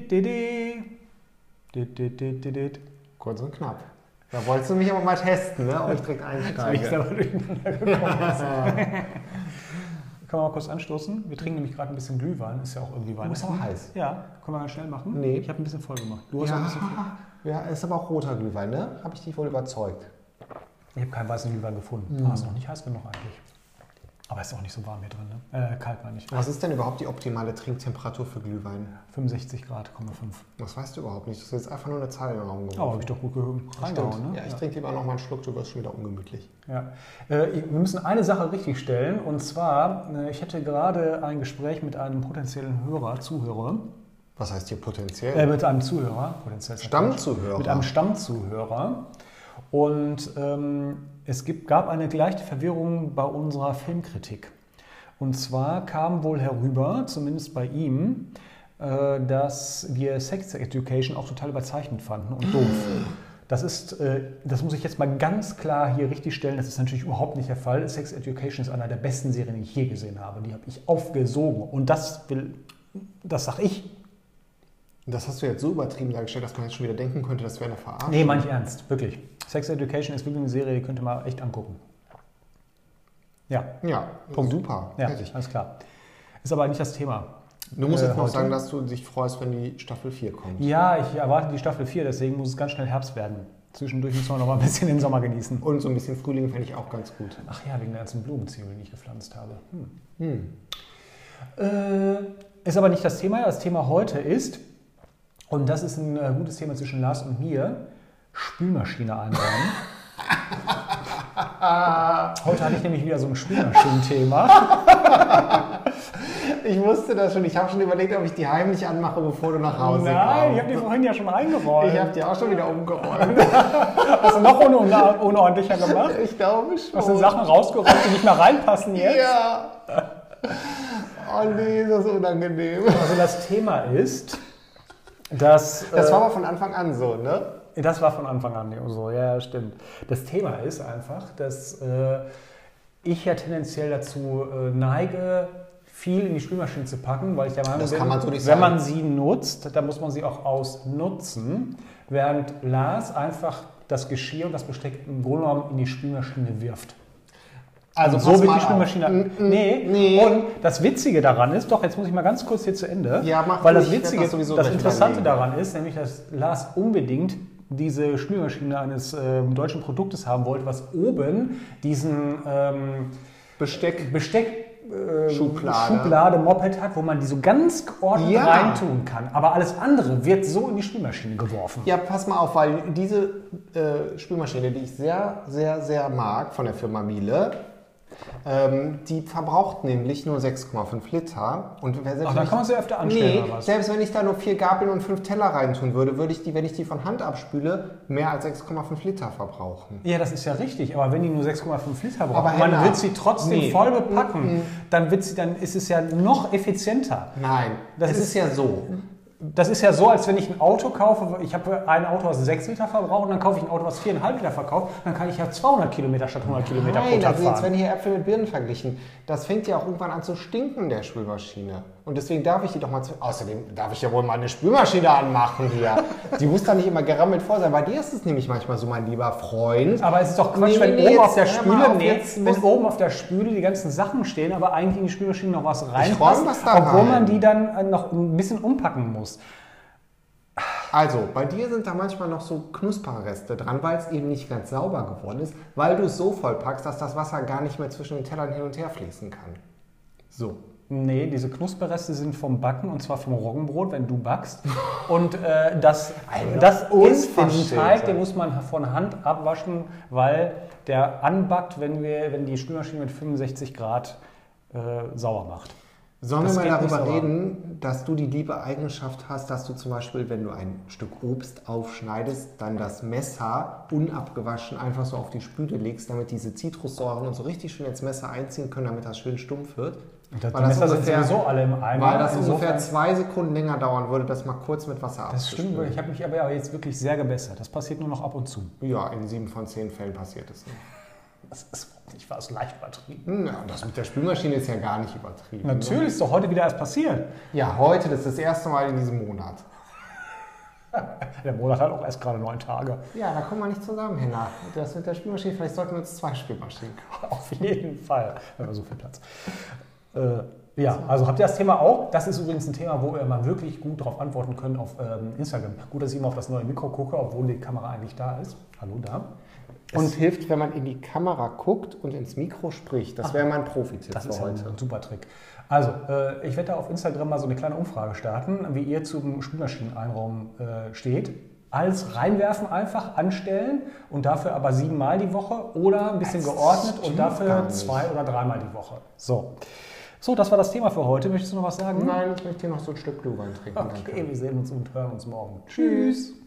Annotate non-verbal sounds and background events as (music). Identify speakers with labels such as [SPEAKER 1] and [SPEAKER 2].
[SPEAKER 1] Dididididi. Dididididid.
[SPEAKER 2] Kurz und knapp. Da wolltest du mich aber mal testen, ne? ob ich direkt
[SPEAKER 1] Wie ich
[SPEAKER 2] einsteige.
[SPEAKER 1] selber durcheinander gekommen ist. Können wir mal kurz anstoßen? Wir trinken nämlich gerade ein bisschen Glühwein. Ist ja auch irgendwie Weihnachten.
[SPEAKER 2] ist (laughs) aber heiß.
[SPEAKER 1] Ja, können wir ganz schnell machen.
[SPEAKER 2] Nee.
[SPEAKER 1] Ich habe ein bisschen voll gemacht. Du hast auch ein bisschen voll.
[SPEAKER 2] Ja, ja, ist aber auch roter Glühwein, ne? Habe ich dich wohl überzeugt.
[SPEAKER 1] Ich habe keinen weißen Glühwein gefunden. Ah, ist noch nicht heiß genug eigentlich. Aber ist auch nicht so warm hier drin. Ne? Äh, kalt meine ich.
[SPEAKER 2] Was ist denn überhaupt die optimale Trinktemperatur für Glühwein?
[SPEAKER 1] 65 Grad, 0,5.
[SPEAKER 2] Das weißt du überhaupt nicht. Das ist jetzt einfach nur eine Zahl in den Raum
[SPEAKER 1] Oh,
[SPEAKER 2] geworfen.
[SPEAKER 1] habe ich doch gut gehört.
[SPEAKER 2] Stimmt.
[SPEAKER 1] Reingehauen, ne?
[SPEAKER 2] Ja, ich trinke lieber noch mal einen Schluck, du wirst schon wieder ungemütlich.
[SPEAKER 1] Ja. Äh, wir müssen eine Sache richtigstellen und zwar, äh, ich hatte gerade ein Gespräch mit einem potenziellen Hörer, Zuhörer,
[SPEAKER 2] Was heißt hier potenziell?
[SPEAKER 1] äh, mit einem Zuhörer, potenziell
[SPEAKER 2] Stammzuhörer.
[SPEAKER 1] mit einem Stammzuhörer und ähm, es gibt, gab eine gleiche Verwirrung bei unserer Filmkritik. Und zwar kam wohl herüber, zumindest bei ihm, äh, dass wir Sex Education auch total überzeichnet fanden und doof. Das ist, äh, das muss ich jetzt mal ganz klar hier richtig stellen, das ist natürlich überhaupt nicht der Fall. Sex Education ist einer der besten Serien, die ich je gesehen habe. Die habe ich aufgesogen. Und das will, das sag ich.
[SPEAKER 2] Das hast du jetzt so übertrieben dargestellt, dass man jetzt schon wieder denken könnte, das wäre eine Verarschung.
[SPEAKER 1] Nee, meine ich ernst, wirklich. Sex Education ist wirklich eine Serie, die könnt ihr mal echt angucken. Ja,
[SPEAKER 2] Ja,
[SPEAKER 1] Punkt.
[SPEAKER 2] super.
[SPEAKER 1] ja,
[SPEAKER 2] Fertig.
[SPEAKER 1] alles klar. Ist aber nicht das Thema.
[SPEAKER 2] Du musst
[SPEAKER 1] Äh,
[SPEAKER 2] jetzt noch
[SPEAKER 1] heute?
[SPEAKER 2] sagen, dass du dich freust, wenn die Staffel 4 kommt.
[SPEAKER 1] Ja, ich erwarte die Staffel 4, deswegen muss es ganz schnell Herbst werden. Zwischendurch müssen wir noch mal ein bisschen den Sommer genießen.
[SPEAKER 2] Und so ein bisschen Frühling fände ich auch ganz gut.
[SPEAKER 1] Ach ja, wegen der ganzen Blumenzwiebeln, die ich gepflanzt habe. Hm.
[SPEAKER 2] Hm.
[SPEAKER 1] Äh, ist aber nicht das Thema. Das Thema heute ist, und das ist ein äh, gutes Thema zwischen Lars und mir, Spülmaschine
[SPEAKER 2] (laughs)
[SPEAKER 1] einbauen. heute hatte ich nämlich wieder so ein
[SPEAKER 2] (laughs)
[SPEAKER 1] Spülmaschinen-Thema.
[SPEAKER 2] Ich wusste das schon. Ich habe schon überlegt, ob ich die heimlich anmache, bevor du nach Hause
[SPEAKER 1] Nein, ich
[SPEAKER 2] kommst.
[SPEAKER 1] habe die vorhin ja schon reingeräumt.
[SPEAKER 2] Ich habe die auch schon wieder umgeräumt.
[SPEAKER 1] Hast du noch un- un- unordentlicher gemacht?
[SPEAKER 2] ich glaube schon.
[SPEAKER 1] Hast du Sachen rausgeräumt, die nicht mehr reinpassen jetzt?
[SPEAKER 2] Oh. Ja. Oh nee, ist das unangenehm.
[SPEAKER 1] Also das Thema ist, dass...
[SPEAKER 2] Das
[SPEAKER 1] äh,
[SPEAKER 2] war aber von Anfang an so, ne?
[SPEAKER 1] Das war von Anfang an so, ja, ja, stimmt. Das Thema ist einfach, dass äh, ich ja tendenziell dazu äh, neige, viel in die Spülmaschine zu packen, weil ich der Meinung
[SPEAKER 2] Das
[SPEAKER 1] bin,
[SPEAKER 2] kann man so nicht
[SPEAKER 1] wenn
[SPEAKER 2] sagen.
[SPEAKER 1] man sie nutzt, dann muss man sie auch ausnutzen, während Lars einfach das Geschirr und das Besteck im Grunde genommen in die Spülmaschine wirft. Also so
[SPEAKER 2] pass
[SPEAKER 1] wird die
[SPEAKER 2] mal auf. Mm,
[SPEAKER 1] Spülmaschine. Nee.
[SPEAKER 2] nee.
[SPEAKER 1] Und das Witzige daran ist, doch, jetzt muss ich mal ganz kurz hier zu Ende.
[SPEAKER 2] Ja, mach
[SPEAKER 1] weil
[SPEAKER 2] du,
[SPEAKER 1] das
[SPEAKER 2] ich werd
[SPEAKER 1] Witzige,
[SPEAKER 2] das
[SPEAKER 1] das,
[SPEAKER 2] sowieso gleich
[SPEAKER 1] Interessante
[SPEAKER 2] überlegen.
[SPEAKER 1] daran ist, nämlich, dass Lars unbedingt diese Spülmaschine eines ähm, deutschen Produktes haben wollte, was oben diesen ähm,
[SPEAKER 2] Besteck.
[SPEAKER 1] Besteck. äh,
[SPEAKER 2] Schublade.
[SPEAKER 1] Schublade, Moped hat, wo man die so ganz geordnet
[SPEAKER 2] Ja.
[SPEAKER 1] reintun kann. Aber alles andere wird so in die Spülmaschine geworfen.
[SPEAKER 2] Ja, pass mal auf, weil diese äh, Spülmaschine, die ich sehr, sehr, sehr mag von der Firma Miele, ähm, die verbraucht nämlich nur 6,5 Liter. Und wer selbst
[SPEAKER 1] Ach,
[SPEAKER 2] wenn
[SPEAKER 1] dann
[SPEAKER 2] ich-
[SPEAKER 1] kann man sie öfter anstellen
[SPEAKER 2] Nee,
[SPEAKER 1] oder was?
[SPEAKER 2] selbst wenn ich da nur vier Gabeln und fünf Teller reintun würde, würde ich die, wenn ich die von Hand abspüle, mehr als 6,5 Liter verbrauchen.
[SPEAKER 1] Ja, das ist ja richtig, aber wenn die nur 6,5 Liter braucht,
[SPEAKER 2] Aber
[SPEAKER 1] aber man
[SPEAKER 2] Henna,
[SPEAKER 1] wird sie trotzdem
[SPEAKER 2] nee. Mhm,
[SPEAKER 1] voll bepacken, dann, wird sie, dann ist es ja noch effizienter.
[SPEAKER 2] Nein,
[SPEAKER 1] Das
[SPEAKER 2] das es
[SPEAKER 1] ist-
[SPEAKER 2] ist, ja so.
[SPEAKER 1] Das ist ja so, als wenn ich ein Auto kaufe, ich habe ein Auto, was 6 Liter verbraucht und dann kaufe ich ein Auto, was 4,5 Liter verkauft, dann kann ich ja 200 Kilometer statt 100 Kilometer pro
[SPEAKER 2] Nein,
[SPEAKER 1] Tag
[SPEAKER 2] also jetzt
[SPEAKER 1] fahren.
[SPEAKER 2] werden hier Äpfel mit Birnen verglichen. Das fängt ja auch irgendwann an zu stinken, der Spülmaschine. Und deswegen darf ich die doch mal zu. Außerdem darf ich ja wohl mal eine Spülmaschine anmachen hier. die muss da nicht immer gerammelt vor sein. Bei dir ist es nämlich manchmal so, mein lieber Freund.
[SPEAKER 1] Aber es ist doch Quatsch,
[SPEAKER 2] Nee,
[SPEAKER 1] wenn,
[SPEAKER 2] nee,
[SPEAKER 1] oben
[SPEAKER 2] jetzt
[SPEAKER 1] auf der
[SPEAKER 2] hör mal
[SPEAKER 1] Spüle,
[SPEAKER 2] auf,
[SPEAKER 1] nee,
[SPEAKER 2] jetzt
[SPEAKER 1] wenn
[SPEAKER 2] muss-
[SPEAKER 1] oben auf der Spüle die ganzen Sachen stehen, aber eigentlich in die Spülmaschine noch was reinpasst,
[SPEAKER 2] räum das da
[SPEAKER 1] obwohl
[SPEAKER 2] rein.
[SPEAKER 1] man die dann äh, noch ein bisschen umpacken muss.
[SPEAKER 2] Also, bei dir sind da manchmal noch so Knusperreste dran, weil es eben nicht ganz sauber geworden ist, weil du es so vollpackst, dass das Wasser gar nicht mehr zwischen den Tellern hin und her fließen kann. So.
[SPEAKER 1] Nee, diese Knusperreste sind vom Backen und zwar vom Roggenbrot, wenn du backst. Und äh, das, das ist den
[SPEAKER 2] unverschämt,
[SPEAKER 1] Teig,
[SPEAKER 2] ey.
[SPEAKER 1] den muss man von Hand abwaschen, weil der anbackt, wenn, wir, wenn die Spülmaschine mit 65 Grad äh, sauer macht.
[SPEAKER 2] Sollen
[SPEAKER 1] Das
[SPEAKER 2] wir mal
[SPEAKER 1] geht nicht
[SPEAKER 2] darüber
[SPEAKER 1] so, aber-
[SPEAKER 2] reden, dass du die liebe Eigenschaft hast, dass du zum Beispiel, wenn du ein Stück Obst aufschneidest, dann das Messer unabgewaschen einfach so auf die Spüle legst, damit diese Zitrussäuren und so richtig schön ins Messer einziehen können, damit das schön stumpf wird.
[SPEAKER 1] Und das, die Messer sind sowieso alle im Eimer.
[SPEAKER 2] weil das
[SPEAKER 1] Insofern-
[SPEAKER 2] ungefähr zwei Sekunden länger dauern würde, das mal kurz mit Wasser
[SPEAKER 1] Das stimmt,
[SPEAKER 2] abzuspülen.
[SPEAKER 1] ich habe mich aber jetzt wirklich sehr gebessert. Das passiert nur noch ab und zu.
[SPEAKER 2] Ja, in sieben von zehn Fällen passiert es nicht. Hm,
[SPEAKER 1] Das ist ich war es leicht übertrieben.
[SPEAKER 2] Ja, das mit der Spülmaschine ist ja gar nicht übertrieben.
[SPEAKER 1] Natürlich ist doch heute wieder erst passiert.
[SPEAKER 2] Ne? Ja, heute, das ist das erste Mal in diesem Monat.
[SPEAKER 1] Der Monat hat halt auch erst gerade neun Tage.
[SPEAKER 2] Ja, da kommen wir nicht zusammen, Henna. Das mit der Spülmaschine, vielleicht sollten wir uns zwei Spülmaschinen kaufen.
[SPEAKER 1] (laughs) Auf jeden Fall. Wenn wir so viel Platz. Äh, ja, also habt ihr das Thema auch? Das ist übrigens ein Thema, wo ihr mal wirklich gut darauf antworten könnt auf ähm, Instagram. Gut, dass ich immer auf das neue Mikro gucke, obwohl die Kamera eigentlich da ist. Hallo da.
[SPEAKER 2] Und hilft, wenn man in die Kamera guckt und ins Mikro spricht. Das wäre mein Profitipp
[SPEAKER 1] Das
[SPEAKER 2] für
[SPEAKER 1] ist ja
[SPEAKER 2] heute.
[SPEAKER 1] ein super Trick. Also, äh, ich werde auf Instagram mal so eine kleine Umfrage starten, wie ihr zum Spülmaschineneinraum äh, steht. Alles reinwerfen einfach, anstellen und dafür aber siebenmal die Woche oder ein bisschen
[SPEAKER 2] Das
[SPEAKER 1] geordnet und
[SPEAKER 2] stimmt gar
[SPEAKER 1] dafür
[SPEAKER 2] nicht.
[SPEAKER 1] zwei oder dreimal die Woche. So. So, das war das Thema für heute. Möchtest du noch was sagen?
[SPEAKER 2] Nein, ich möchte hier noch so ein Stück Glühwein trinken.
[SPEAKER 1] Okay,
[SPEAKER 2] danke.
[SPEAKER 1] wir sehen uns und hören uns morgen. Tschüss.